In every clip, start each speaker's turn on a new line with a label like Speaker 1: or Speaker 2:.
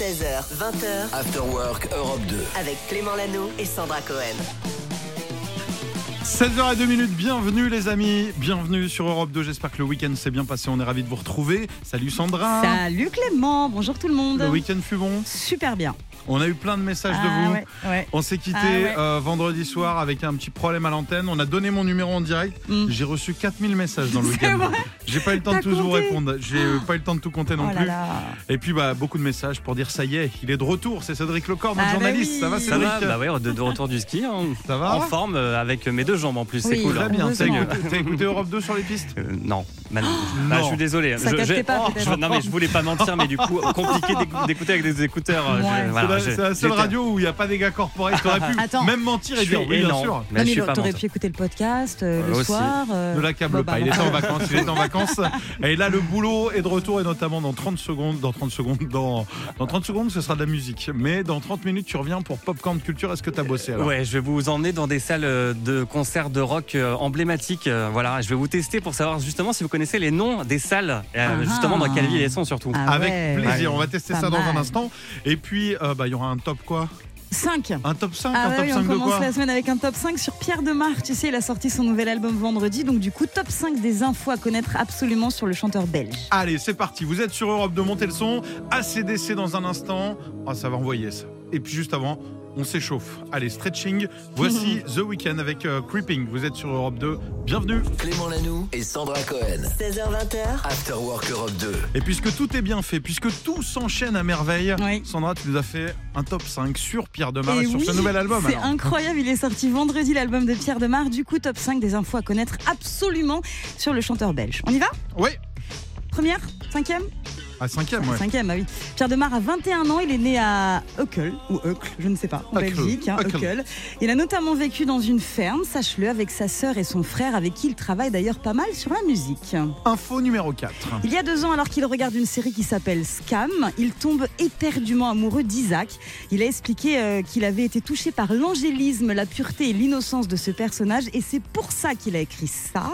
Speaker 1: 16h, 20h,
Speaker 2: After Work Europe 2.
Speaker 1: avec Clément Lano et Sandra Cohen.
Speaker 3: 16h à 2 minutes, bienvenue les amis, bienvenue sur Europe 2, j'espère que le week-end s'est bien passé, on est ravis de vous retrouver. Salut Sandra
Speaker 4: Salut Clément, bonjour tout le monde.
Speaker 3: Le week-end fut bon,
Speaker 4: Super bien.
Speaker 3: on a eu plein de messages
Speaker 4: Ah
Speaker 3: de vous.
Speaker 4: ouais, ouais.
Speaker 3: On s'est quitté
Speaker 4: Ah ouais.
Speaker 3: euh, vendredi soir avec un petit problème à l'antenne, on a donné mon numéro en direct,
Speaker 4: Mm.
Speaker 3: j'ai reçu 4000 messages dans le
Speaker 4: C'est
Speaker 3: week-end.
Speaker 4: vrai
Speaker 3: J'ai pas eu le temps de
Speaker 4: T'as
Speaker 3: tous vous
Speaker 4: compté
Speaker 3: répondre, j'ai euh, pas eu le temps de tout compter non
Speaker 4: Oh là
Speaker 3: plus.
Speaker 4: là.
Speaker 3: Et puis bah, beaucoup de messages pour dire ça y est, il est de retour, c'est Cédric Lecor, notre
Speaker 4: Ah bah
Speaker 3: journaliste.
Speaker 4: oui.
Speaker 3: Ça va
Speaker 5: Ça
Speaker 3: Cédric
Speaker 5: va, bah ouais, de, de retour du ski, hein.
Speaker 3: Ça va
Speaker 5: en forme, euh, avec mes deux jambes en plus, c'est
Speaker 4: Oui.
Speaker 5: cool. hein.
Speaker 3: Très bien, t'as
Speaker 4: Heureusement.
Speaker 3: écouté, t'as écouté Europe 2 sur les pistes
Speaker 5: Euh, non, bah non. Bah,
Speaker 3: non.
Speaker 5: je suis désolé.
Speaker 4: Ça
Speaker 5: je,
Speaker 4: captait
Speaker 5: j'ai-
Speaker 4: pas,
Speaker 5: oh,
Speaker 4: peut-être,
Speaker 5: je-
Speaker 4: en
Speaker 5: non mais
Speaker 4: forme.
Speaker 5: je voulais pas mentir, mais du coup compliqué d'éc- d'écouter avec des écouteurs. euh, je-
Speaker 4: Ouais. C'est
Speaker 3: C'est
Speaker 5: voilà,
Speaker 3: la-
Speaker 5: j'ai-
Speaker 3: c'est la seule
Speaker 5: j'étais-
Speaker 3: radio où il n'y a pas dégâts corporels. T'aurais pu
Speaker 4: Attends.
Speaker 3: même mentir
Speaker 5: Je
Speaker 3: et
Speaker 5: suis
Speaker 3: dire oui, bien
Speaker 5: énorme,
Speaker 3: sûr.
Speaker 5: mais
Speaker 4: Non,
Speaker 5: je
Speaker 4: mais bah,
Speaker 5: suis pas
Speaker 4: t'aurais
Speaker 5: menteur.
Speaker 4: pu écouter le podcast euh,
Speaker 5: Euh,
Speaker 4: le
Speaker 5: aussi.
Speaker 4: soir. euh,
Speaker 3: Ne l'accable
Speaker 4: bon,
Speaker 3: pas,
Speaker 4: bah,
Speaker 3: il est en
Speaker 4: voilà.
Speaker 3: vacances, il est en vacances. Et là, le boulot est de retour et notamment dans 30 secondes, dans 30 secondes, dans, dans 30 secondes, ce sera de la musique. Mais dans 30 minutes, tu reviens pour Popcorn Culture. Est-ce que t'as bossé alors
Speaker 5: Ouais, je vais vous emmener dans des salles euh, de concerts de rock euh, emblématiques. euh, Voilà, je vais vous tester pour savoir justement si vous connaissez les noms des salles, euh,
Speaker 4: Ah.
Speaker 5: justement dans quelle ville elles sont surtout.
Speaker 4: Ah
Speaker 3: Avec
Speaker 4: ouais.
Speaker 3: plaisir, on va tester
Speaker 4: Pas
Speaker 3: ça dans un
Speaker 4: mal.
Speaker 3: instant. Et puis, euh, bah, il y aura un top quoi
Speaker 4: 5.
Speaker 3: Un top 5
Speaker 4: Ah
Speaker 3: Un
Speaker 4: ouais,
Speaker 3: top
Speaker 4: oui,
Speaker 3: 5
Speaker 4: on
Speaker 3: de
Speaker 4: commence
Speaker 3: quoi
Speaker 4: la semaine avec un top 5 sur Pierre Demar. Tu sais, il a sorti son nouvel album vendredi, donc du coup, top 5 des infos à connaître absolument sur le chanteur belge.
Speaker 3: Allez, c'est parti. Vous êtes sur Europe de montez le son. ACDC dans un instant. Ah, ça va envoyer ça. Et puis juste avant, on s'échauffe. Allez, stretching. Voici The Weeknd avec euh, Creeping. Vous êtes sur Europe 2. Bienvenue.
Speaker 2: Clément Lanoux et Sandra Cohen.
Speaker 1: 16h, 20h,
Speaker 2: After Work Europe 2.
Speaker 3: Et puisque tout est bien fait, puisque tout s'enchaîne à merveille,
Speaker 4: Oui.
Speaker 3: Sandra, tu nous as fait un top 5 sur Pierre Demar et,
Speaker 4: Et
Speaker 3: sur
Speaker 4: oui,
Speaker 3: ce nouvel album.
Speaker 4: C'est
Speaker 3: alors.
Speaker 4: incroyable, il est sorti vendredi l'album de Pierre Demar. Du coup, top 5 des infos à connaître absolument sur le chanteur belge. On y va
Speaker 3: Oui,
Speaker 4: Première Cinquième
Speaker 3: à cinquième, ouais.
Speaker 4: Cinquième, ah oui. Pierre Demar a 21 ans, il est né à Uccle, ou Uccle, je ne sais pas, en
Speaker 3: Uccle,
Speaker 4: Belgique. hein,
Speaker 3: Uccle.
Speaker 4: Uccle. Il a notamment vécu dans une ferme, sache-le, avec sa sœur et son frère, avec qui il travaille d'ailleurs pas mal sur la musique.
Speaker 3: Info numéro 4.
Speaker 4: Il y a deux ans, alors qu'il regarde une série qui s'appelle Scam, il tombe éperdument amoureux d'Isaac. Il a expliqué euh, qu'il avait été touché par l'angélisme, la pureté et l'innocence de ce personnage, et c'est pour ça qu'il a écrit ça.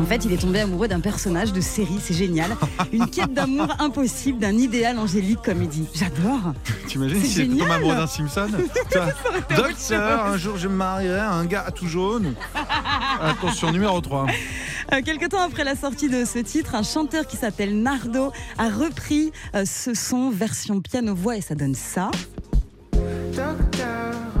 Speaker 4: En fait, il est tombé amoureux d'un personnage de série, c'est génial. Une quête d'amour impossible, d'un idéal angélique, comme il dit. J'adore.
Speaker 3: T'imagines
Speaker 4: C'est
Speaker 3: si j'étais tombé
Speaker 4: génial.
Speaker 3: amoureux d'un Simpson Docteur, un jour je me marierai à un gars à tout jaune. Attention, numéro 3.
Speaker 4: Euh, Quelque temps après la sortie de ce titre, un chanteur qui s'appelle Nardo a repris euh, ce son version piano-voix et ça donne ça.
Speaker 6: Docteur,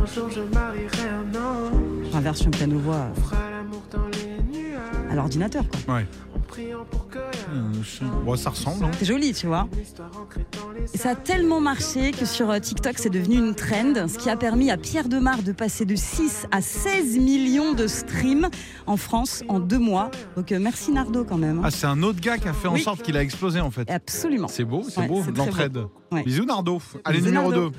Speaker 6: un jour je marierai un ange.
Speaker 4: Enfin, version piano-voix
Speaker 6: On fera l'amour dans les nuages.
Speaker 4: à l'ordinateur, quoi.
Speaker 3: Ouais.
Speaker 6: En priant pour que la
Speaker 3: Euh, je- bon, ça ressemble. hein.
Speaker 4: C'est joli, tu vois.
Speaker 6: une histoire ancrée dans les
Speaker 4: Et ça a tellement marché que sur euh, TikTok, c'est devenu une trend, ce qui a permis à Pierre Demar de passer de 6 à 16 millions de streams en France en deux mois. Donc euh, merci Nardo quand même. hein.
Speaker 3: Ah, c'est un autre gars qui a fait en
Speaker 4: Oui.
Speaker 3: sorte qu'il a explosé en fait.
Speaker 4: Absolument.
Speaker 3: C'est beau, c'est
Speaker 4: Ouais,
Speaker 3: beau,
Speaker 4: c'est très
Speaker 3: l'entraide.
Speaker 4: Ouais.
Speaker 3: Bisous Nardo. Allez,
Speaker 4: Bisous,
Speaker 3: numéro
Speaker 4: Nardo.
Speaker 3: 2.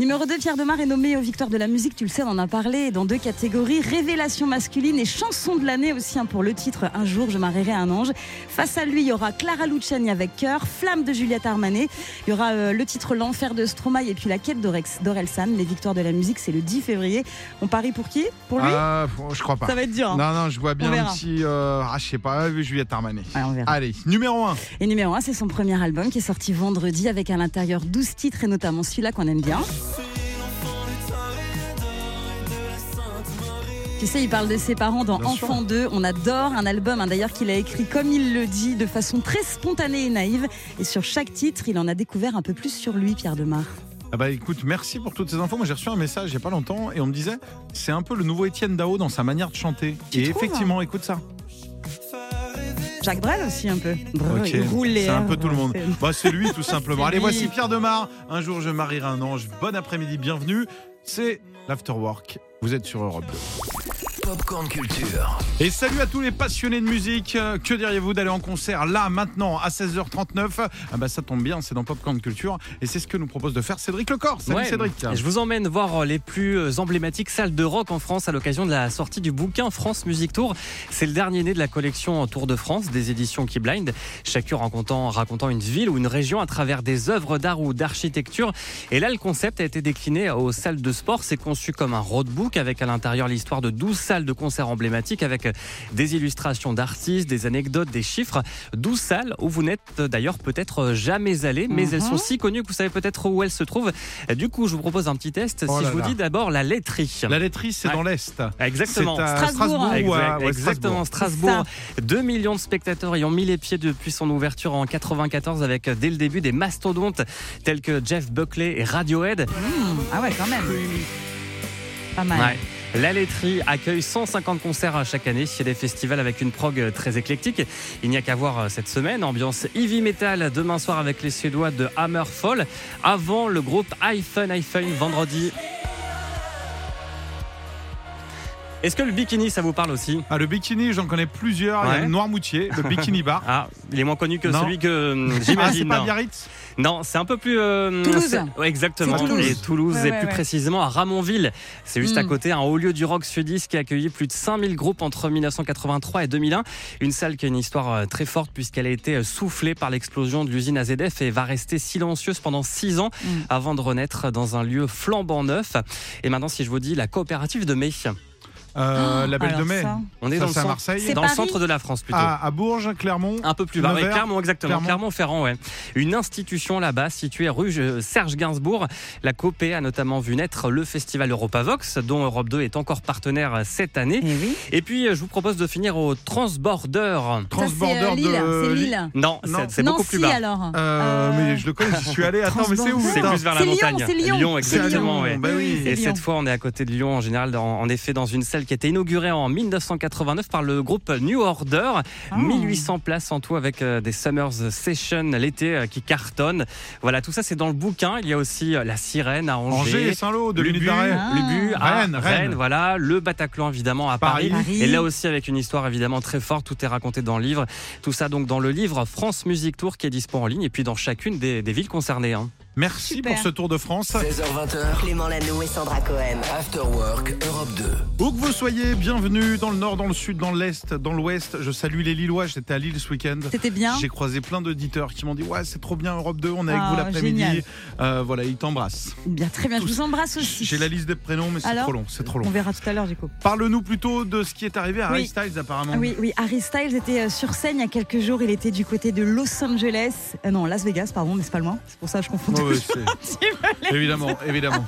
Speaker 4: Numéro 2, Pierre Demar est nommé aux Victoires de la musique, tu le sais, on en a parlé, dans deux catégories, révélation masculine et chanson de l'année aussi, hein, pour le titre Un jour je marierai un ange. Face à lui, il y aura Clara Luciani avec Cœur, Flamme de Juliette Armanet, il y aura euh, le titre L'enfer de Stromae et puis la quête d'Orex- d'Orelsan. Les Victoires de la musique, c'est le 10 février. On parie pour qui Pour lui
Speaker 3: Ah, je crois pas.
Speaker 4: Ça va être dur. hein.
Speaker 3: Non, non, je vois bien
Speaker 4: On verra.
Speaker 3: un petit. euh, ah, je sais pas, vu Juliette Armanet.
Speaker 4: Ouais, on verra.
Speaker 3: Allez, numéro 1.
Speaker 4: Et numéro 1, c'est son premier album qui est sorti vendredi avec à l'intérieur 12 titres et notamment celui-là qu'on aime bien. Tu sais, il parle de ses parents dans
Speaker 3: Bien sûr.
Speaker 4: Enfant 2. On adore un album, hein, d'ailleurs, qu'il a écrit comme il le dit, de façon très spontanée et naïve. Et sur chaque titre, il en a découvert un peu plus sur lui, Pierre Demar.
Speaker 3: Ah bah écoute, merci pour toutes ces infos. Moi j'ai reçu un message il y a pas longtemps et on me disait c'est un peu le nouveau Étienne Dao dans sa manière de chanter.
Speaker 4: Tu
Speaker 3: et
Speaker 4: trouves hein
Speaker 3: effectivement, écoute ça.
Speaker 4: Jacques Brel aussi, un peu. Brr,
Speaker 3: Ok,
Speaker 4: il roule les
Speaker 3: C'est un
Speaker 4: airs.
Speaker 3: peu tout le monde.
Speaker 4: C'est-
Speaker 3: Bah c'est lui tout simplement.
Speaker 4: C'est
Speaker 3: Allez,
Speaker 4: lui.
Speaker 3: voici Pierre Demar. Un jour je marierai un ange. Bon après-midi, bienvenue. C'est l'Afterwork. Vous êtes sur Europe 2.
Speaker 2: Popcorn Culture.
Speaker 3: Et salut à tous les passionnés de musique. Euh, Que diriez-vous d'aller en concert là, maintenant, à 16h39 Ah bah ça tombe bien, c'est dans Popcorn Culture. Et c'est ce que nous propose de faire Cédric Lecor. Salut
Speaker 5: Ouais,
Speaker 3: Cédric.
Speaker 5: Je vous emmène voir les plus euh, emblématiques salles de rock en France à l'occasion de la sortie du bouquin France Music Tour. C'est le dernier né de la collection Tour de France des éditions Keyblind. Chacune racontant, racontant une ville ou une région à travers des œuvres d'art ou d'architecture. Et là, le concept a été décliné aux salles de sport. C'est conçu comme un roadbook avec à l'intérieur l'histoire de 12 salles salles de concert emblématiques avec des illustrations d'artistes, des anecdotes, des chiffres. 12 salles où vous n'êtes d'ailleurs peut-être jamais allé, mais
Speaker 4: Mhm.
Speaker 5: elles sont si connues que vous savez peut-être où elles se trouvent. Du coup, je vous propose un petit test.
Speaker 3: Oh
Speaker 5: si
Speaker 3: là
Speaker 5: je vous
Speaker 3: là.
Speaker 5: dis d'abord la laiterie.
Speaker 3: La laiterie, c'est
Speaker 5: Ouais.
Speaker 3: dans l'Est.
Speaker 5: Exactement.
Speaker 3: C'est à
Speaker 4: Strasbourg,
Speaker 3: Strasbourg,
Speaker 4: hein.
Speaker 3: ou à-
Speaker 5: Exact-
Speaker 3: ouais,
Speaker 5: exactement,
Speaker 3: Strasbourg.
Speaker 5: Strasbourg. 2 millions de spectateurs ayant mis les pieds depuis son ouverture en 94 avec euh, dès le début des mastodontes tels que Jeff Buckley et Radiohead.
Speaker 4: Mmh, Ah ouais, quand même. Pas mal.
Speaker 5: Ouais. La laiterie accueille 150 concerts euh, chaque année chez des festivals avec une prog euh, très éclectique. Il n'y a qu'à voir euh, cette semaine. Ambiance heavy metal demain soir avec les Suédois de Hammerfall. Avant le groupe iPhone iPhone vendredi. Est-ce que le bikini ça vous parle aussi
Speaker 3: Ah, le bikini, j'en connais plusieurs. Il y a
Speaker 5: Ouais.
Speaker 3: le Noirmoutier, le Bikini Bar.
Speaker 5: Ah, il est moins connu que
Speaker 3: Non.
Speaker 5: celui que euh,
Speaker 3: Ah, c'est
Speaker 5: j'imagine.
Speaker 3: pas Biarritz
Speaker 5: non, c'est un peu plus. euh,
Speaker 4: Toulouse.
Speaker 5: c'est- ouais, exactement.
Speaker 4: C'est Toulouse.
Speaker 5: Et Toulouse,
Speaker 4: Ouais,
Speaker 5: et
Speaker 4: ouais,
Speaker 5: plus
Speaker 4: ouais.
Speaker 5: précisément à Ramonville. C'est juste à
Speaker 4: Mm.
Speaker 5: côté, un haut lieu du rock sudiste qui a accueilli plus de 5000 groupes entre 1983 et 2001. Une salle qui a une histoire euh, très forte puisqu'elle a été euh, soufflée par l'explosion de l'usine AZF et va rester silencieuse pendant 6 ans
Speaker 4: Mm.
Speaker 5: avant de renaître dans un lieu flambant neuf. Et maintenant, si je vous dis la coopérative de mai,
Speaker 3: euh, La Belle de
Speaker 4: Ah, Alors
Speaker 3: Mai.
Speaker 4: ça.
Speaker 5: on est dans, le
Speaker 3: Ça, c'est à
Speaker 5: centre,
Speaker 3: Marseille.
Speaker 4: C'est
Speaker 5: dans le
Speaker 4: Paris
Speaker 5: centre de la France plutôt.
Speaker 3: À, à Bourges, Clermont.
Speaker 4: Ah.
Speaker 5: Un peu plus bas, ouais,
Speaker 3: Nevers,
Speaker 5: Clermont, exactement.
Speaker 3: Clermont.
Speaker 5: Clermont-Ferrand, ouais. Une institution là-bas, située rue euh, Serge Gainsbourg. La COPE a notamment vu naître le festival Europavox, dont Europe 2 est encore partenaire euh, cette année.
Speaker 4: Eh oui.
Speaker 5: Et puis, euh, je vous propose de finir au Transborder.
Speaker 4: Ça, c'est
Speaker 3: Transborder
Speaker 4: euh, Lille.
Speaker 3: de
Speaker 4: C'est Lille.
Speaker 5: Non,
Speaker 3: Non.
Speaker 5: c'est- c'est beaucoup
Speaker 4: Nancy,
Speaker 5: plus bas.
Speaker 4: alors.
Speaker 3: Euh, Mais je le connais, j'y suis allé. Attends, mais c'est où
Speaker 5: C'est
Speaker 3: putain
Speaker 5: plus vers la
Speaker 4: C'est Lyon,
Speaker 5: montagne.
Speaker 4: c'est Lyon.
Speaker 3: C'est à
Speaker 5: exactement,
Speaker 3: Lyon,
Speaker 5: ouais.
Speaker 3: bah oui.
Speaker 4: C'est
Speaker 5: Et
Speaker 4: Lyon.
Speaker 5: cette fois, on est à côté de Lyon en général, dans- en effet, dans une salle qui a été inaugurée en 1989 par le groupe New Order.
Speaker 4: Ah.
Speaker 5: 1800 places en tout avec euh, des Summers Sessions l'été euh, qui cartonnent. Voilà, tout ça c'est dans le bouquin. Il y a aussi euh, La Sirène à Angers.
Speaker 3: Angers et Saint-Lô, deux minutes
Speaker 5: Lubu,
Speaker 3: d'arrêt.
Speaker 4: Ah.
Speaker 5: Lubu, à Rennes,
Speaker 3: Rennes, Rennes.
Speaker 5: voilà, le Bataclan évidemment à Paris.
Speaker 4: Paris.
Speaker 5: et là aussi avec une histoire évidemment très forte, tout est raconté dans le livre, tout ça donc dans le livre France Music Tour qui est dispo en ligne et puis dans chacune des, des villes concernées. hein.
Speaker 3: Merci
Speaker 4: Super.
Speaker 3: pour ce tour de France.
Speaker 2: 16h20h,
Speaker 1: Clément Lano et Sandra Cohen.
Speaker 2: After Work Europe 2.
Speaker 3: Où que vous soyez, bienvenue dans le nord, dans le sud, dans l'est, dans l'ouest. Je salue les Lillois, j'étais à Lille ce week-end.
Speaker 4: C'était bien.
Speaker 3: J'ai croisé plein d'auditeurs qui m'ont dit Ouais, c'est trop bien Europe 2, on est avec
Speaker 4: Ah,
Speaker 3: vous l'après-midi.
Speaker 4: génial.
Speaker 3: Euh, voilà, ils t'embrassent.
Speaker 4: Bien, très bien. Je
Speaker 3: tous-
Speaker 4: vous embrasse aussi.
Speaker 3: J'ai la liste des prénoms, mais c'est
Speaker 4: Alors
Speaker 3: trop long. C'est trop
Speaker 4: On
Speaker 3: long.
Speaker 4: verra tout à l'heure, du coup.
Speaker 3: Parle-nous plutôt de ce qui est arrivé à
Speaker 4: Oui.
Speaker 3: Harry Styles, apparemment.
Speaker 4: Ah Oui, oui, Harry Styles était euh, sur scène il y a quelques jours. Il était du côté de Los Angeles. Euh, non, Las Vegas, pardon, mais c'est pas loin. C'est pour ça que je confonds
Speaker 3: Ouais, ouais,
Speaker 4: toujours.
Speaker 3: c'est- évidemment, évidemment.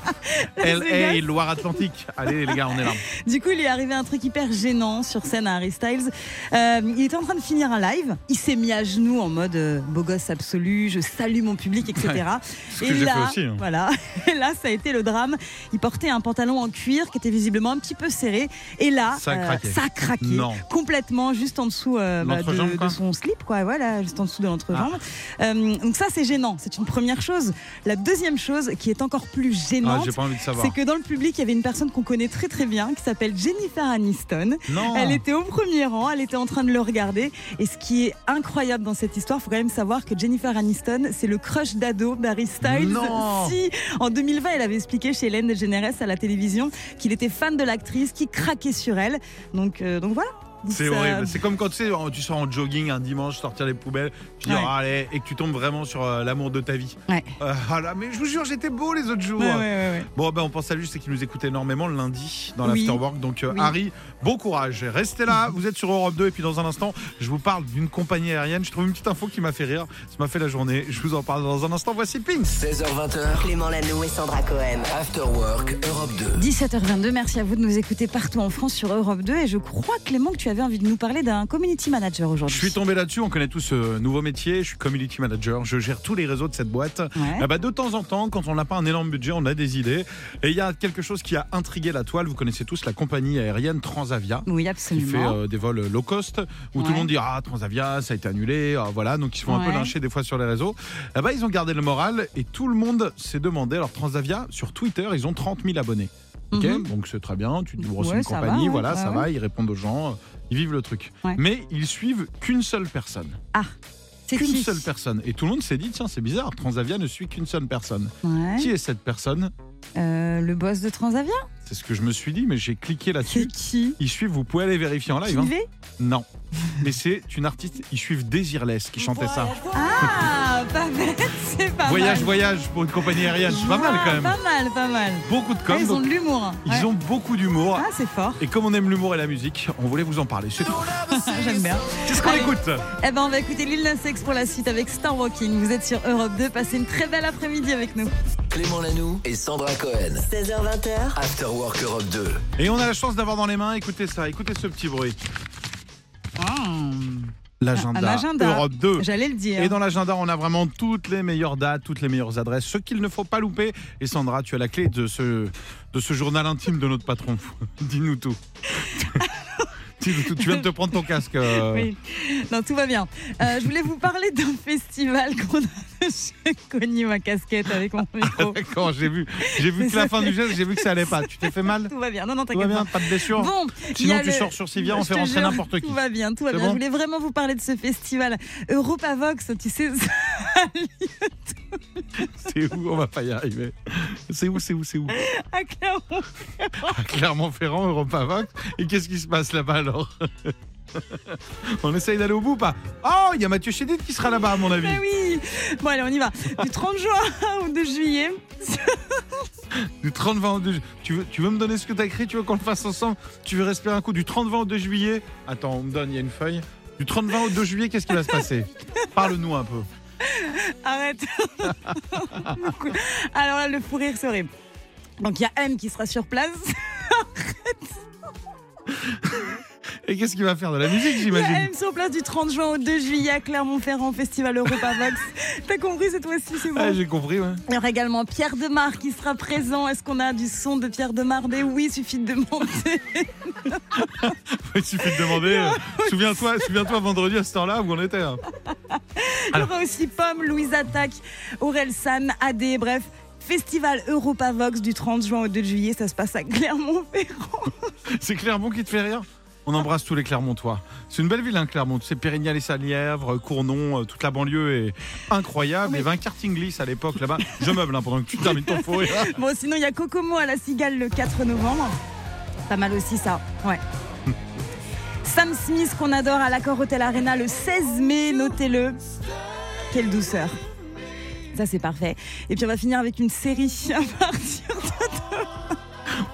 Speaker 3: LA,
Speaker 4: Vegas.
Speaker 3: Loire-Atlantique. Allez, les gars, on est là.
Speaker 4: Du coup, il est arrivé un truc hyper gênant sur scène à Harry Styles. Euh, il était en train de finir un live. Il s'est mis à genoux en mode euh, beau gosse absolu, je salue mon public, etc.
Speaker 3: ce que j'ai fait aussi, hein.
Speaker 4: voilà. Et là, ça a été le drame. Il portait un pantalon en cuir qui était visiblement un petit peu serré. Et là, euh,
Speaker 3: Ça a craqué.
Speaker 4: ça a craqué.
Speaker 3: Non.
Speaker 4: complètement, juste en dessous euh, bah,
Speaker 3: L'entrejambe,
Speaker 4: de,
Speaker 3: quoi. Ah.
Speaker 4: de son slip, quoi. Voilà, juste en dessous de l'entrejambe. Euh, donc ça, c'est gênant. C'est une première chose. La deuxième chose, qui est encore plus
Speaker 3: Ah,
Speaker 4: gênante.
Speaker 3: J'ai pas envie de savoir.
Speaker 4: C'est que dans le public, il y avait une personne qu'on connaît très très bien qui s'appelle Jennifer Aniston.
Speaker 3: Non.
Speaker 4: Elle était au premier rang, elle était en train de le regarder. Et ce qui est incroyable dans cette histoire, faut quand même savoir que Jennifer Aniston, c'est le crush d'ado d'Harry Styles.
Speaker 3: Non.
Speaker 4: Si, en 2020, elle avait expliqué chez Hélène DeGeneres à la télévision qu'il était fan de l'actrice, qu'il craquait sur elle. Donc, euh, donc voilà.
Speaker 3: C'est
Speaker 4: Ça-
Speaker 3: horrible. C'est comme quand tu, sais, tu sors en jogging un dimanche, sortir les poubelles, tu dis
Speaker 4: Ouais.
Speaker 3: Oh, allez, et que tu tombes vraiment sur euh, l'amour de ta vie.
Speaker 4: Ouais.
Speaker 3: Euh, ah là, mais je vous jure, j'étais beau les autres jours.
Speaker 4: Ouais, ouais, ouais, ouais.
Speaker 3: Bon, ben, on pense à lui, c'est qu'il nous écoute énormément le lundi dans
Speaker 4: Oui.
Speaker 3: l'Afterwork. Donc, euh,
Speaker 4: Oui.
Speaker 3: Harry, bon courage. Restez là, vous êtes sur Europe 2. Et puis, dans un instant, je vous parle d'une compagnie aérienne. Je trouve une petite info qui m'a fait rire. Ça m'a fait la journée. Je vous en parle dans un instant. Voici Pins.
Speaker 2: 16h20h,
Speaker 1: Clément Lano et Sandra Cohen.
Speaker 2: After Work Europe 2.
Speaker 4: 17h22, merci à vous de nous écouter partout en France sur Europe 2 et je crois Clément que tu avais envie de nous parler d'un community manager
Speaker 3: Je
Speaker 4: aujourd'hui.
Speaker 3: suis tombé là-dessus. On connaît tous ce nouveau métier. Je suis community manager. Je gère tous les réseaux de cette boîte.
Speaker 4: Ouais.
Speaker 3: Ah bah, de temps en temps, quand on n'a pas un énorme budget, on a des idées. Et il y a quelque chose qui a intrigué la toile. Vous connaissez tous la compagnie aérienne Transavia.
Speaker 4: Oui,
Speaker 3: Qui fait
Speaker 4: absolument.
Speaker 3: euh, des vols low cost où tout le
Speaker 4: Ouais.
Speaker 3: monde dit ah Transavia ça a été annulé ah, voilà donc ils se font un peu
Speaker 4: Ouais.
Speaker 3: lyncher des fois sur les réseaux là-bas ils ont gardé le moral et tout le monde s'est demandé alors Transavia sur Twitter ils ont 30 000 abonnés Ok,
Speaker 4: Mhm.
Speaker 3: donc c'est très bien tu te dis, bon, c'est
Speaker 4: Ouais,
Speaker 3: une
Speaker 4: ça va,
Speaker 3: compagnie
Speaker 4: ouais,
Speaker 3: voilà
Speaker 4: ouais,
Speaker 3: ça
Speaker 4: ouais.
Speaker 3: va ils répondent aux gens euh, ils vivent le truc
Speaker 4: Ouais.
Speaker 3: mais ils suivent qu'une seule personne
Speaker 4: Ah, C'est
Speaker 3: qu'une
Speaker 4: qui
Speaker 3: seule personne et tout le monde s'est dit tiens c'est bizarre Transavia ne suit qu'une seule personne
Speaker 4: Ouais.
Speaker 3: qui est cette personne
Speaker 4: Euh, le boss de Transavia
Speaker 3: C'est ce que je me suis dit, mais j'ai cliqué
Speaker 4: C'est
Speaker 3: là-dessus.
Speaker 4: qui
Speaker 3: Ils suivent, vous pouvez aller vérifier en live. hein.
Speaker 4: Kinvé
Speaker 3: Non. Mais c'est une artiste, ils suivent Désirless qui chantait ça.
Speaker 4: Ah, pas bête, c'est pas
Speaker 3: Voyage,
Speaker 4: mal.
Speaker 3: voyage pour une compagnie aérienne. C'est pas mal
Speaker 4: Ah,
Speaker 3: quand même.
Speaker 4: Pas mal, pas mal.
Speaker 3: Beaucoup de
Speaker 4: Ah,
Speaker 3: com.
Speaker 4: ils ont
Speaker 3: donc
Speaker 4: de l'humour. hein.
Speaker 3: Ils
Speaker 4: Ouais.
Speaker 3: ont beaucoup d'humour.
Speaker 4: Ah, c'est fort.
Speaker 3: Et comme on aime l'humour et la musique, on voulait vous en parler. C'est tout.
Speaker 4: Ah, J'aime bien.
Speaker 3: Qu'est-ce qu'on
Speaker 4: Allez.
Speaker 3: écoute
Speaker 4: Eh ben, on va écouter Lil Nas X pour la suite avec Star Walking. Vous êtes sur Europe 2. Passez une très belle après-midi avec nous.
Speaker 2: Clément Lanoux et Sandra Cohen.
Speaker 1: 16h, 20h,
Speaker 2: After Work Europe 2.
Speaker 3: Et on a la chance d'avoir dans les mains, écoutez ça, écoutez ce petit bruit.
Speaker 4: Mmh. Un
Speaker 3: L'agenda
Speaker 4: agenda.
Speaker 3: Europe 2.
Speaker 4: J'allais le dire.
Speaker 3: Et dans l'agenda, on a vraiment toutes les meilleures dates, toutes les meilleures adresses, ce qu'il ne faut pas louper. Et Sandra, tu as la clé de ce, de ce journal intime de notre patron. Dis-nous tout. Dis-nous tout. Tu viens de te prendre ton casque. euh,
Speaker 4: Oui. Non, tout va bien. Euh, je voulais vous parler d'un festival qu'on a J'ai cogné ma casquette avec mon
Speaker 3: Ah,
Speaker 4: micro.
Speaker 3: D'accord, j'ai vu, j'ai vu que la fin du geste, j'ai vu que ça allait pas. Tu t'es fait mal
Speaker 4: Tout va bien. Non, non,
Speaker 3: Tout va
Speaker 4: t'inquiète
Speaker 3: bien,
Speaker 4: pas.
Speaker 3: pas de blessure.
Speaker 4: Bon, il y
Speaker 3: Sinon,
Speaker 4: a
Speaker 3: tu
Speaker 4: le-
Speaker 3: sors sur Sivia, on
Speaker 4: Je
Speaker 3: fait
Speaker 4: te
Speaker 3: rentrer
Speaker 4: jure,
Speaker 3: n'importe qui.
Speaker 4: Tout va bien, tout va
Speaker 3: C'est
Speaker 4: bien.
Speaker 3: bon
Speaker 4: Je voulais vraiment vous parler de ce festival Europavox, tu sais,
Speaker 3: C'est où On va pas y arriver. C'est où C'est où C'est où
Speaker 4: à Clermont.
Speaker 3: Clermont-Ferrand, Europavox. Et qu'est-ce qui se passe là-bas alors On essaye d'aller au bout ou pas Oh, il y a Mathieu Chédid qui sera là-bas à mon avis.
Speaker 4: Mais oui Bon, allez, on y va. Du 30 juin au 2 juillet.
Speaker 3: Du 30 20 au 2 ju- tu veux, tu veux me donner ce que t'as écrit Tu veux qu'on le fasse ensemble Tu veux respirer un coup du 30 20 au 2 juillet Attends, on me donne, il y a une feuille. Du 30 20 au 2 juillet, qu'est-ce qui va se passer Parle-nous un peu.
Speaker 4: Arrête Alors là, le fou rire c'est horrible. Donc il y a M qui sera sur place.
Speaker 3: Et qu'est-ce qu'il va faire de la musique,
Speaker 4: Il y a
Speaker 3: j'imagine
Speaker 4: M sur place du 30 juin au 2 juillet à Clermont-Ferrand, Festival Europavox. T'as compris cette fois-ci, c'est bon.
Speaker 3: Ah, J'ai compris, ouais.
Speaker 4: Il y aura également Pierre Demar qui sera présent. Est-ce qu'on a du son de Pierre Demar Mais oui, suffit de demander.
Speaker 3: Il suffit de demander. euh, Souviens-toi, souviens-toi vendredi à ce temps-là où on était. hein.
Speaker 4: Il y aura aussi Pomme, Louise Attaque, Aurel San, AD, bref. Festival Europavox du 30 juin au 2 juillet, ça se passe à Clermont-Ferrand.
Speaker 3: C'est Clermont qui te fait rire On embrasse tous les Clermontois. C'est une belle ville, hein, Clermont. Tu sais, Pérignal et Salièvre, Cournon, euh, toute la banlieue est incroyable. Il y avait un karting glisse à l'époque là-bas. Je meuble hein, pendant que tu termines ton fou rire.
Speaker 4: Bon, sinon, il y a Kokomo à la Cigale le 4 novembre. Pas mal aussi, ça. Ouais. Sam Smith, qu'on adore à l'Accord Hotel Arena le 16 mai, notez-le. Quelle douceur. Ça, c'est parfait. Et puis, on va finir avec une série à partir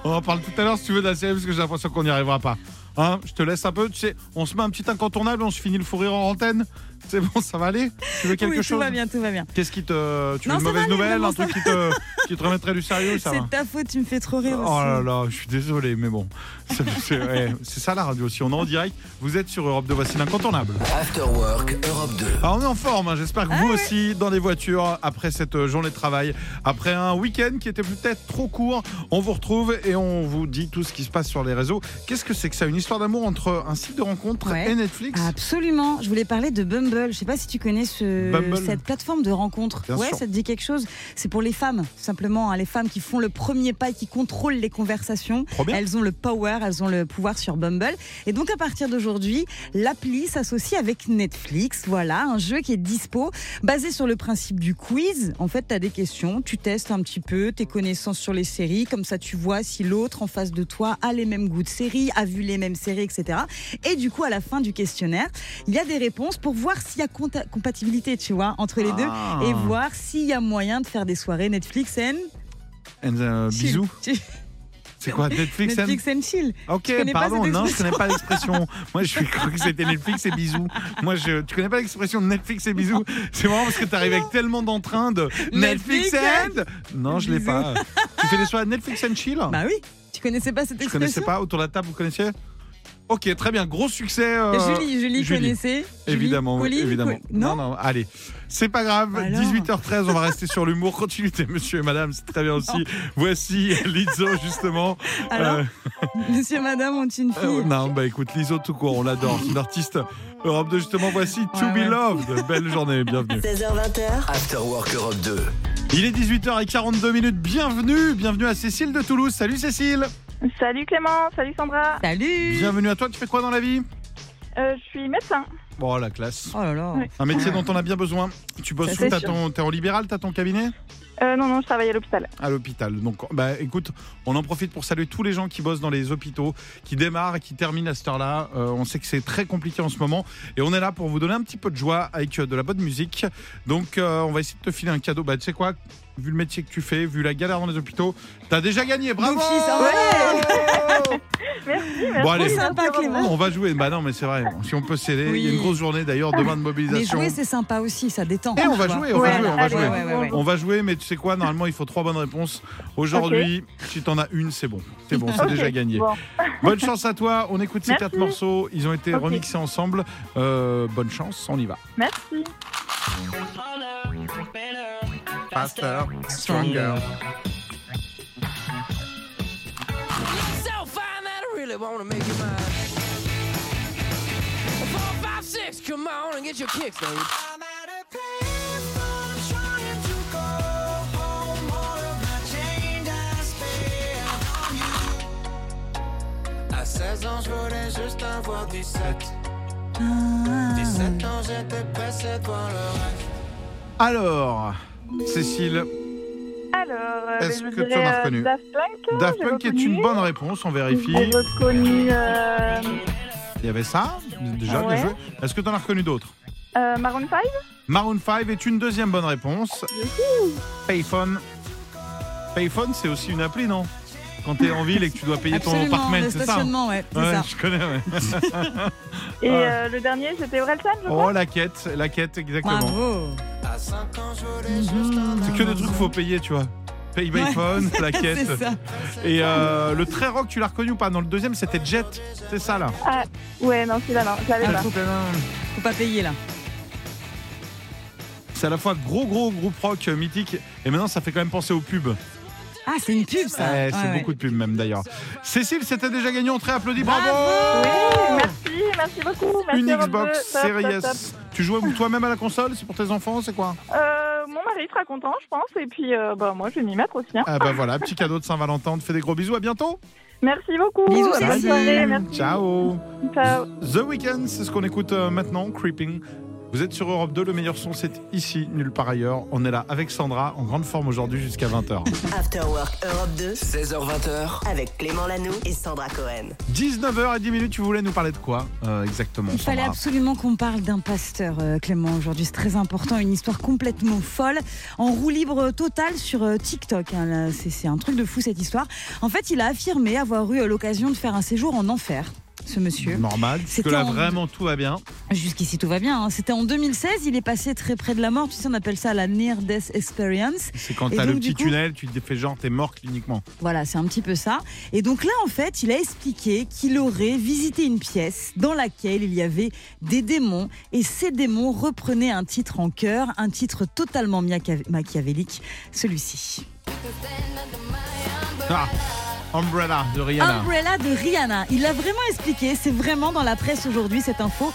Speaker 3: On en parle tout à l'heure si tu veux de la série parce que j'ai l'impression qu'on n'y arrivera pas. Hein, je te laisse un peu, tu sais, on se met un petit incontournable, on se finit le fou rire en antenne. C'est bon, ça va aller Tu veux
Speaker 4: de...
Speaker 3: quelque
Speaker 4: Oui, tout
Speaker 3: chose
Speaker 4: va bien, tout va bien.
Speaker 3: Qu'est-ce qui te. Tu veux
Speaker 4: Non,
Speaker 3: une
Speaker 4: ça va
Speaker 3: mauvaise
Speaker 4: aller,
Speaker 3: nouvelle
Speaker 4: vraiment,
Speaker 3: Un truc qui te, qui te remettrait du sérieux ça va
Speaker 4: C'est de ta faute, tu me fais trop rire aussi.
Speaker 3: Oh là là, je suis désolé, mais bon. C'est c'est- ouais, c'est ça la radio. Si on est en direct, vous êtes sur Europe 2, voici l'incontournable.
Speaker 2: After Work Europe 2.
Speaker 3: Alors on est en forme, hein. j'espère que vous aussi, dans les voitures, après cette euh, journée de travail, après un week-end qui était peut-être trop court, on vous retrouve et on vous dit tout ce qui se passe sur les réseaux. Qu'est-ce que c'est que ça Une histoire d'amour entre un site de rencontre
Speaker 4: Ouais. Ah,
Speaker 3: et Netflix
Speaker 4: Absolument. Je voulais parler de Bumble. Je sais pas si tu connais ce-
Speaker 3: Bumble.
Speaker 4: cette plateforme de rencontre.
Speaker 3: Bien
Speaker 4: ouais,
Speaker 3: sûr.
Speaker 4: ça te dit quelque chose. C'est pour les femmes, tout simplement. hein, les femmes qui font le premier pas et qui contrôlent les conversations.
Speaker 3: Trop bien.
Speaker 4: Elles ont le power, elles ont le pouvoir sur Bumble. Et donc, à partir d'aujourd'hui, l'appli s'associe avec Netflix. Voilà, un jeu qui est dispo, basé sur le principe du quiz. En fait, tu as des questions, tu testes un petit peu tes connaissances sur les séries. Comme ça, tu vois si l'autre en face de toi a les mêmes goûts de séries, a vu les mêmes séries, etc. Et du coup, à la fin du questionnaire, il y a des réponses pour voir s'il y a compta- compatibilité, tu vois, entre les
Speaker 3: Ah.
Speaker 4: deux. Et voir s'il y a moyen de faire des soirées Netflix and...
Speaker 3: And, euh,
Speaker 4: chill.
Speaker 3: bisous. C'est quoi Netflix, and-
Speaker 4: Netflix and chill.
Speaker 3: Ok,
Speaker 4: connais pas
Speaker 3: pardon,
Speaker 4: cette
Speaker 3: non, je connais pas l'expression. Moi, je crois que c'était Netflix et bisous. Moi, je, tu connais pas l'expression de Netflix et bisous C'est marrant parce que t'arrives avec tellement d'entrain de Netflix
Speaker 4: Netflix
Speaker 3: and. Non, je l'ai
Speaker 4: Bisous.
Speaker 3: pas. tu fais des soirées Netflix and chill
Speaker 4: Bah oui, tu connaissais pas cette
Speaker 3: Ah. Je connaissais
Speaker 4: expression
Speaker 3: pas. Autour de la table, vous connaissiez Ok, très bien. Gros succès. euh,
Speaker 4: Julie, Julie, connaissait. Julie,
Speaker 3: Évidemment, oui,
Speaker 4: Colline,
Speaker 3: évidemment.
Speaker 4: Col- Non,
Speaker 3: non, allez. C'est pas grave,
Speaker 4: Alors
Speaker 3: 18h13, on va rester sur l'humour. Continuité, monsieur et madame, c'est très bien aussi. Voici Lizzo, justement.
Speaker 4: Alors
Speaker 3: Euh,
Speaker 4: Monsieur et Madame ont une fille.
Speaker 3: euh, non, bah écoute, Lizzo tout court, on l'adore. C'est une artiste Europe 2, justement. Voici To
Speaker 4: Ouais,
Speaker 3: Be
Speaker 4: ouais.
Speaker 3: Loved. Belle journée, bienvenue.
Speaker 1: 16h, 20h,
Speaker 2: After Work Europe 2.
Speaker 3: Il est 18h42 minutes. Bienvenue, bienvenue à Cécile de Toulouse. Salut Cécile.
Speaker 7: Salut Clément, salut Sandra.
Speaker 4: Salut.
Speaker 3: Bienvenue à toi. Tu fais quoi dans la vie
Speaker 7: Euh, je suis médecin.
Speaker 3: Bon, la classe.
Speaker 4: Oh là là.
Speaker 7: Ouais.
Speaker 3: Un métier dont on a bien besoin. Tu bosses
Speaker 7: Ça,
Speaker 3: où
Speaker 7: c'est
Speaker 3: T'as
Speaker 7: sûr.
Speaker 3: ton- T'es en libéral T'as ton cabinet
Speaker 7: Euh, non, non, je travaille à l'hôpital.
Speaker 3: à l'hôpital. Donc, bah, écoute, on en profite pour saluer tous les gens qui bossent dans les hôpitaux, qui démarrent et qui terminent à cette heure-là. Euh, on sait que c'est très compliqué en ce moment et on est là pour vous donner un petit peu de joie avec euh, de la bonne musique. Donc, euh, on va essayer de te filer un cadeau. Bah, tu sais quoi Vu le métier que tu fais, vu la galère dans les hôpitaux, t'as déjà gagné. Bravo
Speaker 4: Mon fils, oh, ouais
Speaker 7: Merci, merci.
Speaker 3: Bon, allez.
Speaker 4: Trop sympa, Clément.
Speaker 3: On va jouer. Bah non, mais c'est vrai. Si on peut sceller,
Speaker 4: hein? Oui.
Speaker 3: il y a une grosse journée d'ailleurs demain de
Speaker 4: Mais
Speaker 3: mobilisation.
Speaker 4: jouer, c'est sympa aussi, ça détend.
Speaker 3: Eh, on va
Speaker 4: tu vois.
Speaker 3: jouer, on va
Speaker 4: Ouais,
Speaker 3: jouer, on va
Speaker 4: allez,
Speaker 3: jouer.
Speaker 4: ouais, ouais, ouais.
Speaker 3: On va jouer, mais tu sais quoi Normalement, il faut trois bonnes réponses. Aujourd'hui, si t'en as une, c'est bon. C'est bon, c'est
Speaker 7: Ok,
Speaker 3: déjà gagné.
Speaker 7: bon.
Speaker 3: Bonne chance à toi. On écoute ces
Speaker 7: Merci.
Speaker 3: quatre morceaux. Ils ont été
Speaker 7: Ok.
Speaker 3: remixés ensemble. Euh, bonne chance, on y va.
Speaker 7: Merci.
Speaker 3: Faster, stronger.
Speaker 8: so fine that I really wanna make you mine. Four, five, six, come on and get your kicks, baby. I'm at a place I'm trying to go home. All of my change I spend on you. À 16 ans, je voulais juste avoir 17. 17 ans, j'étais pressé devant le rêve.
Speaker 3: Alors, Cécile,
Speaker 7: Alors, euh,
Speaker 3: Est-ce
Speaker 7: je
Speaker 3: que
Speaker 7: dirais,
Speaker 3: tu en as
Speaker 7: euh,
Speaker 3: reconnu
Speaker 7: Daft Punk.
Speaker 3: Daft
Speaker 7: j'ai
Speaker 3: Punk est
Speaker 7: reconnu.
Speaker 3: une bonne réponse, on vérifie.
Speaker 4: bah,
Speaker 7: J'ai reconnu euh,
Speaker 3: Il y avait ça,
Speaker 4: Ah
Speaker 3: déjà, bien
Speaker 7: Ouais.
Speaker 3: joué. Est-ce que t'en as reconnu d'autres
Speaker 7: euh, Maroon 5.
Speaker 3: Maroon 5 est une deuxième bonne réponse. Payphone. Payphone, c'est aussi une appli, non Quand t'es en ville et que tu dois payer ton
Speaker 4: Absolument,
Speaker 3: appartement,
Speaker 4: le
Speaker 3: c'est ça hein?
Speaker 4: stationnement, ouais, c'est
Speaker 3: Ouais,
Speaker 4: ça.
Speaker 3: je connais. ouais.
Speaker 7: Et
Speaker 3: Ah.
Speaker 7: euh, le dernier, c'était Orelsan, je crois.
Speaker 3: Oh, la quête, la quête, exactement.
Speaker 4: Bravo.
Speaker 8: À 5 ans, je voulais juste un
Speaker 3: C'est que des trucs qu'il faut payer, tu vois. Paye
Speaker 4: Ouais.
Speaker 3: Payphone, la quête.
Speaker 4: C'est ça.
Speaker 3: Et euh, le très rock, tu l'as reconnu ou pas Dans le deuxième, c'était Jet. C'est ça, là.
Speaker 7: Ouais, non, celui-là, non, je
Speaker 3: Ah.
Speaker 7: l'avais pas.
Speaker 4: Faut pas payer là.
Speaker 3: C'est à la fois gros, gros groupe rock euh, mythique et maintenant, ça fait quand même penser aux pubs.
Speaker 4: Ah, c'est une pub ça.
Speaker 3: Ouais, Eh, c'est
Speaker 4: Ouais, ouais.
Speaker 3: beaucoup de pubs, même, d'ailleurs. Cécile, c'était déjà gagné. On te réapplaudit.
Speaker 7: Oui, merci, merci beaucoup. Merci
Speaker 3: Une
Speaker 7: Europe
Speaker 3: Xbox
Speaker 7: 2, top,
Speaker 3: Series
Speaker 7: top, top.
Speaker 3: S. Tu joues toi-même à la console C'est pour tes enfants C'est quoi
Speaker 7: Euh, mon mari sera content, je pense. Et puis, euh, bah, moi, je vais m'y mettre aussi. hein.
Speaker 3: Ah bah voilà, petit cadeau de Saint-Valentin. On te fait des gros bisous. À bientôt.
Speaker 7: Merci beaucoup.
Speaker 4: Bisous,
Speaker 7: Bonne
Speaker 4: Cécile.
Speaker 7: soirée, merci.
Speaker 3: Ciao.
Speaker 7: Ciao.
Speaker 3: The Weeknd, c'est ce qu'on écoute euh, maintenant. Creeping. Vous êtes sur Europe 2. Le meilleur son, c'est ici, nulle part ailleurs. On est là avec Sandra, en grande forme aujourd'hui jusqu'à 20h.
Speaker 1: After Work Europe 2
Speaker 2: 16h20h,
Speaker 1: avec Clément Lanoux et Sandra Cohen.
Speaker 3: 19h et 10 minutes. Tu voulais nous parler de quoi euh, exactement
Speaker 4: Il fallait
Speaker 3: Sandra
Speaker 4: absolument qu'on parle d'un pasteur, euh, Clément, aujourd'hui. C'est très important. Une histoire complètement folle, en roue libre euh, totale sur euh, TikTok. hein. Là, c'est c'est un truc de fou, cette histoire. En fait, il a affirmé avoir eu euh, l'occasion de faire un séjour en enfer, ce monsieur.
Speaker 3: Normal. Parce que
Speaker 4: C'était
Speaker 3: là,
Speaker 4: en-
Speaker 3: vraiment, tout va bien.
Speaker 4: Jusqu'ici, tout va bien. hein. C'était en 2016. Il est passé très près de la mort. Tu sais, on appelle ça la near-death experience.
Speaker 3: C'est quand
Speaker 4: Et
Speaker 3: t'as le
Speaker 4: donc, du
Speaker 3: petit
Speaker 4: coup-
Speaker 3: tunnel, tu te fais genre, t'es mort cliniquement.
Speaker 4: Voilà, c'est un petit peu ça. Et donc là, en fait, il a expliqué qu'il aurait visité une pièce dans laquelle il y avait des démons. Et ces démons reprenaient un titre en chœur, un titre totalement miaca- machiavélique, celui-ci. Bah
Speaker 3: Ah, Umbrella de Rihanna.
Speaker 4: Umbrella de Rihanna. Il l'a vraiment expliqué, c'est vraiment dans la presse aujourd'hui cette info.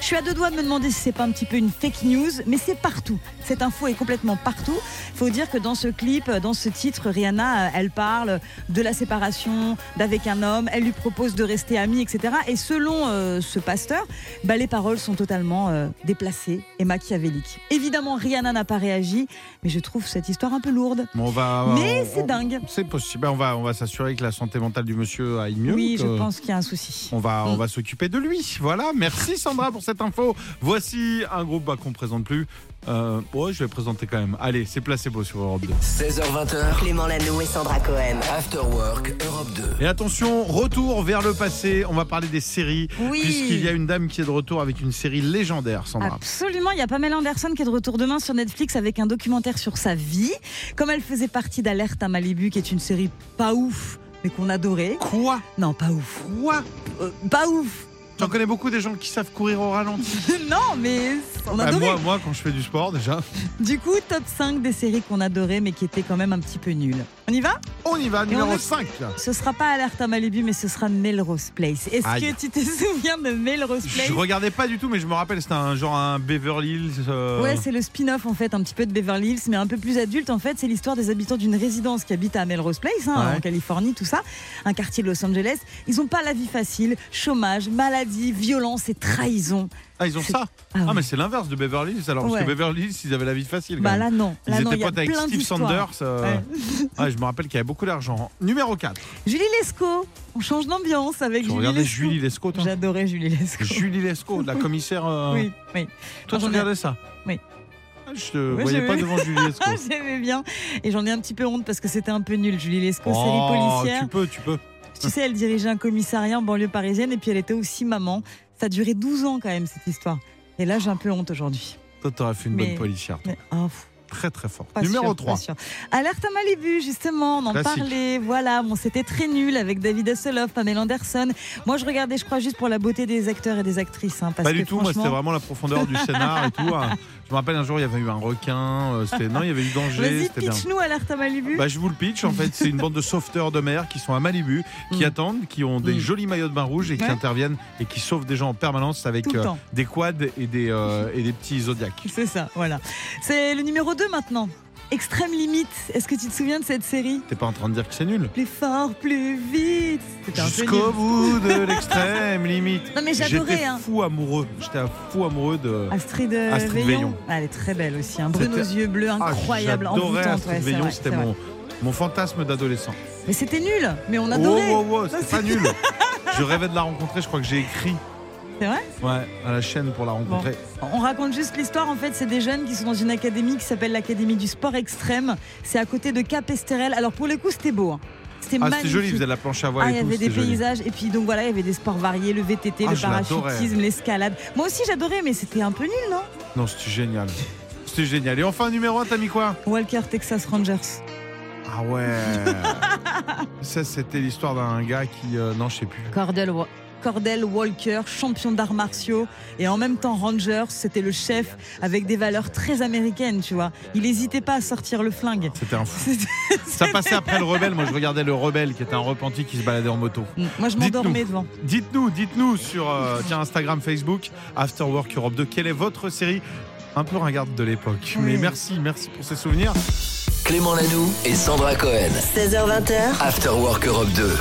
Speaker 4: Je suis à deux doigts de me demander si c'est pas un petit peu une fake news, mais c'est partout. Cette info est complètement partout. Faut dire que dans ce clip, dans ce titre, Rihanna, euh, elle parle de la séparation, d'avec un homme, elle lui propose de rester amie, etc. Et selon euh, ce pasteur, bah, les paroles sont totalement euh, déplacées et machiavéliques. Évidemment, Rihanna n'a pas réagi, mais je trouve cette histoire un peu lourde.
Speaker 3: Mais on va.
Speaker 4: Mais
Speaker 3: on-
Speaker 4: c'est
Speaker 3: on-
Speaker 4: dingue.
Speaker 3: C'est possible. Ben, On va, on va s'assurer que la santé mentale du monsieur aille mieux.
Speaker 4: Oui,
Speaker 3: que-
Speaker 4: je pense qu'il y a un souci.
Speaker 3: On va, on
Speaker 4: Mm.
Speaker 3: va s'occuper de lui. Voilà. Merci Sandra pour cette info. Voici un groupe bah, qu'on ne présente plus. Euh, ouais, je vais présenter quand même. Allez, c'est placebo sur Europe 2.
Speaker 2: 16h20h,
Speaker 1: Clément Lanoux et Sandra Cohen.
Speaker 2: After Work Europe 2.
Speaker 3: Et attention, retour vers le passé. On va parler des séries.
Speaker 4: Oui.
Speaker 3: Puisqu'il y a une dame qui est de retour avec une série légendaire,
Speaker 4: Ah.
Speaker 3: Sandra.
Speaker 4: Absolument, il y a Pamela Anderson qui est de retour demain sur Netflix avec un documentaire sur sa vie. Comme elle faisait partie d'Alerte à Malibu, qui est une série pas ouf, mais qu'on adorait.
Speaker 3: Quoi
Speaker 4: Non, pas ouf.
Speaker 3: Quoi
Speaker 4: Euh, pas ouf
Speaker 3: J'en connais beaucoup des gens qui savent courir au ralenti.
Speaker 4: Non, mais on
Speaker 3: Bah,
Speaker 4: adorait.
Speaker 3: moi, moi, quand je fais du sport, déjà.
Speaker 4: Du coup, top 5 des séries qu'on adorait, mais qui étaient quand même un petit peu nulles. On y va
Speaker 3: On y va, numéro
Speaker 4: on a-
Speaker 3: 5.
Speaker 4: Ce sera pas Alerte à Malibu, mais ce sera Melrose Place. Est-ce
Speaker 3: Aïe.
Speaker 4: que tu te souviens de Melrose Place
Speaker 3: Je regardais pas du tout, mais je me rappelle, c'était un genre un Beverly Hills. euh,
Speaker 4: Ouais, c'est le spin-off en fait, un petit peu de Beverly Hills, mais un peu plus adulte en fait. C'est l'histoire des habitants d'une résidence qui habite à Melrose Place, hein,
Speaker 3: Ouais.
Speaker 4: en Californie, tout ça, un quartier de Los Angeles. Ils n'ont pas la vie facile, chômage, maladie, violence et trahison.
Speaker 3: Ah, ils ont
Speaker 4: C'est-
Speaker 3: ça
Speaker 4: Ah
Speaker 3: Ah,
Speaker 4: ouais.
Speaker 3: mais c'est l'inverse de Beverly Hills. Alors, parce
Speaker 4: Ouais.
Speaker 3: que Beverly Hills, ils avaient la vie facile. quand
Speaker 4: Bah
Speaker 3: même.
Speaker 4: là, non.
Speaker 3: ils
Speaker 4: Là, non, il
Speaker 3: étaient
Speaker 4: y a
Speaker 3: potes avec
Speaker 4: plein
Speaker 3: Steve
Speaker 4: d'histoires.
Speaker 3: Sanders. euh,
Speaker 4: Ouais.
Speaker 3: ouais, je me rappelle qu'il y avait beaucoup d'argent. Numéro 4.
Speaker 4: Julie Lescaut, on change d'ambiance avec
Speaker 3: Tu
Speaker 4: Julie
Speaker 3: regardais
Speaker 4: Lescaut.
Speaker 3: Julie Lescaut, toi
Speaker 4: J'adorais Julie Lescaut.
Speaker 3: Julie Lescaut, la commissaire. euh,
Speaker 4: Oui, oui.
Speaker 3: Toi,
Speaker 4: J'en
Speaker 3: tu
Speaker 4: ai-
Speaker 3: regardais ça
Speaker 4: Oui.
Speaker 3: Ah, Je te
Speaker 4: Oui, j'ai
Speaker 3: voyais pas
Speaker 4: vu.
Speaker 3: devant Julie
Speaker 4: Ah,
Speaker 3: Lescaut.
Speaker 4: j'aimais bien. Et j'en ai un petit peu honte parce que c'était un peu nul. Julie Lescaut, série
Speaker 3: Oh,
Speaker 4: policière.
Speaker 3: tu peux, tu peux.
Speaker 4: Tu sais, elle dirigeait un commissariat en banlieue parisienne et puis elle était aussi maman. Ça a duré 12 ans quand même, cette histoire. Et là, j'ai un peu honte aujourd'hui.
Speaker 3: Toi, t'aurais fait une
Speaker 4: Mais-
Speaker 3: bonne policière. toi.
Speaker 4: Mais, oh, pff,
Speaker 3: Très, très fort.
Speaker 4: pas
Speaker 3: Numéro
Speaker 4: sûr, pas
Speaker 3: 3.
Speaker 4: sûr. Alerte à Malibu, justement, on en
Speaker 3: Classique.
Speaker 4: parlait. Voilà, bon, c'était très nul avec David Hasselhoff, Pamela Anderson. Moi, je regardais, je crois, juste pour la beauté des acteurs et des actrices. hein, parce
Speaker 3: Pas
Speaker 4: que
Speaker 3: du tout, moi,
Speaker 4: franchement-
Speaker 3: c'était vraiment la profondeur du scénar et tout. hein. Je me rappelle un jour, il y avait eu un requin. euh, c'était- Non, il y avait eu danger.
Speaker 4: Vas-y,
Speaker 3: C'était bien.
Speaker 4: pitch-nous Alerte à Malibu.
Speaker 3: Bah, je vous le pitch, en fait, c'est une bande de sauveteurs de mer qui sont à Malibu, qui
Speaker 4: Mm.
Speaker 3: attendent, qui ont des
Speaker 4: Mm.
Speaker 3: jolis maillots de bain rouge et qui
Speaker 4: Ouais.
Speaker 3: interviennent et qui sauvent des gens en permanence avec
Speaker 4: Tout le
Speaker 3: euh,
Speaker 4: temps.
Speaker 3: des quads et des, euh, et des petits zodiacs.
Speaker 4: C'est ça, voilà. C'est le numéro 2 maintenant. Extrême limite. Est-ce que tu te souviens de cette série
Speaker 3: T'es pas en train de dire que c'est nul
Speaker 4: Plus fort, plus vite. C'était un peu
Speaker 3: Jusqu'au
Speaker 4: nul.
Speaker 3: bout de l'extrême limite.
Speaker 4: Non mais j'adorais
Speaker 3: J'étais
Speaker 4: hein.
Speaker 3: fou amoureux. J'étais fou amoureux de.
Speaker 4: Astrid, euh,
Speaker 3: Astrid
Speaker 4: Veillon.
Speaker 3: Veillon.
Speaker 4: Ah, elle est très belle aussi. Hein. Brune aux
Speaker 3: C'était-
Speaker 4: yeux bleus,
Speaker 3: Ah,
Speaker 4: incroyable,
Speaker 3: J'adorais
Speaker 4: envoûtante.
Speaker 3: Astrid
Speaker 4: ouais, c'est
Speaker 3: Veillon,
Speaker 4: vrai,
Speaker 3: c'était
Speaker 4: c'est vrai.
Speaker 3: mon, mon fantasme d'adolescent.
Speaker 4: Mais c'était nul, mais on
Speaker 3: Oh, oh,
Speaker 4: adorait.
Speaker 3: oh, c'était pas nul. Je rêvais de la rencontrer, je crois que j'ai écrit
Speaker 4: C'est vrai
Speaker 3: ouais, à la chaîne pour la rencontrer.
Speaker 4: On raconte juste l'histoire. En fait, c'est des jeunes qui sont dans une académie qui s'appelle l'Académie du sport extrême. C'est à côté de Capesterel. Alors pour le coup, c'était beau. hein. C'était
Speaker 3: Ah, c'était
Speaker 4: magnifique.
Speaker 3: joli, vous avez la planche à voile
Speaker 4: Ah, il
Speaker 3: et
Speaker 4: y
Speaker 3: tout.
Speaker 4: avait des
Speaker 3: c'était joli.
Speaker 4: paysages. Et puis, donc voilà, il y avait des sports variés le VTT,
Speaker 3: Ah,
Speaker 4: le
Speaker 3: je l'adorais.
Speaker 4: parachutisme, l'escalade. Moi aussi, j'adorais, mais c'était un peu nul, non
Speaker 3: Non, c'était génial. C'était génial. Et enfin, numéro 1, t'as mis quoi
Speaker 4: Walker Texas Rangers.
Speaker 3: Ah ouais Ça, c'était l'histoire d'un gars qui. euh, non, je sais plus.
Speaker 4: Cordell, Wa- Cordell Walker, champion d'arts martiaux et en même temps Rangers, c'était le chef avec des valeurs très américaines, tu vois. Il n'hésitait pas à sortir le flingue.
Speaker 3: C'était un fou.
Speaker 4: C'était-
Speaker 3: Ça passait après le rebelle. Moi, je regardais le rebelle qui était un repenti qui se baladait en moto.
Speaker 4: Moi, je
Speaker 3: Dites-nous.
Speaker 4: m'endormais devant.
Speaker 3: Dites-nous, dites-nous sur euh, tiens, Instagram, Facebook, After Work Europe 2, quelle est votre série un peu ringarde de l'époque
Speaker 4: Oui.
Speaker 3: Mais merci, merci pour ces souvenirs.
Speaker 2: Clément Lanoux et Sandra Cohen.
Speaker 1: 16h20h,
Speaker 2: After Work Europe 2.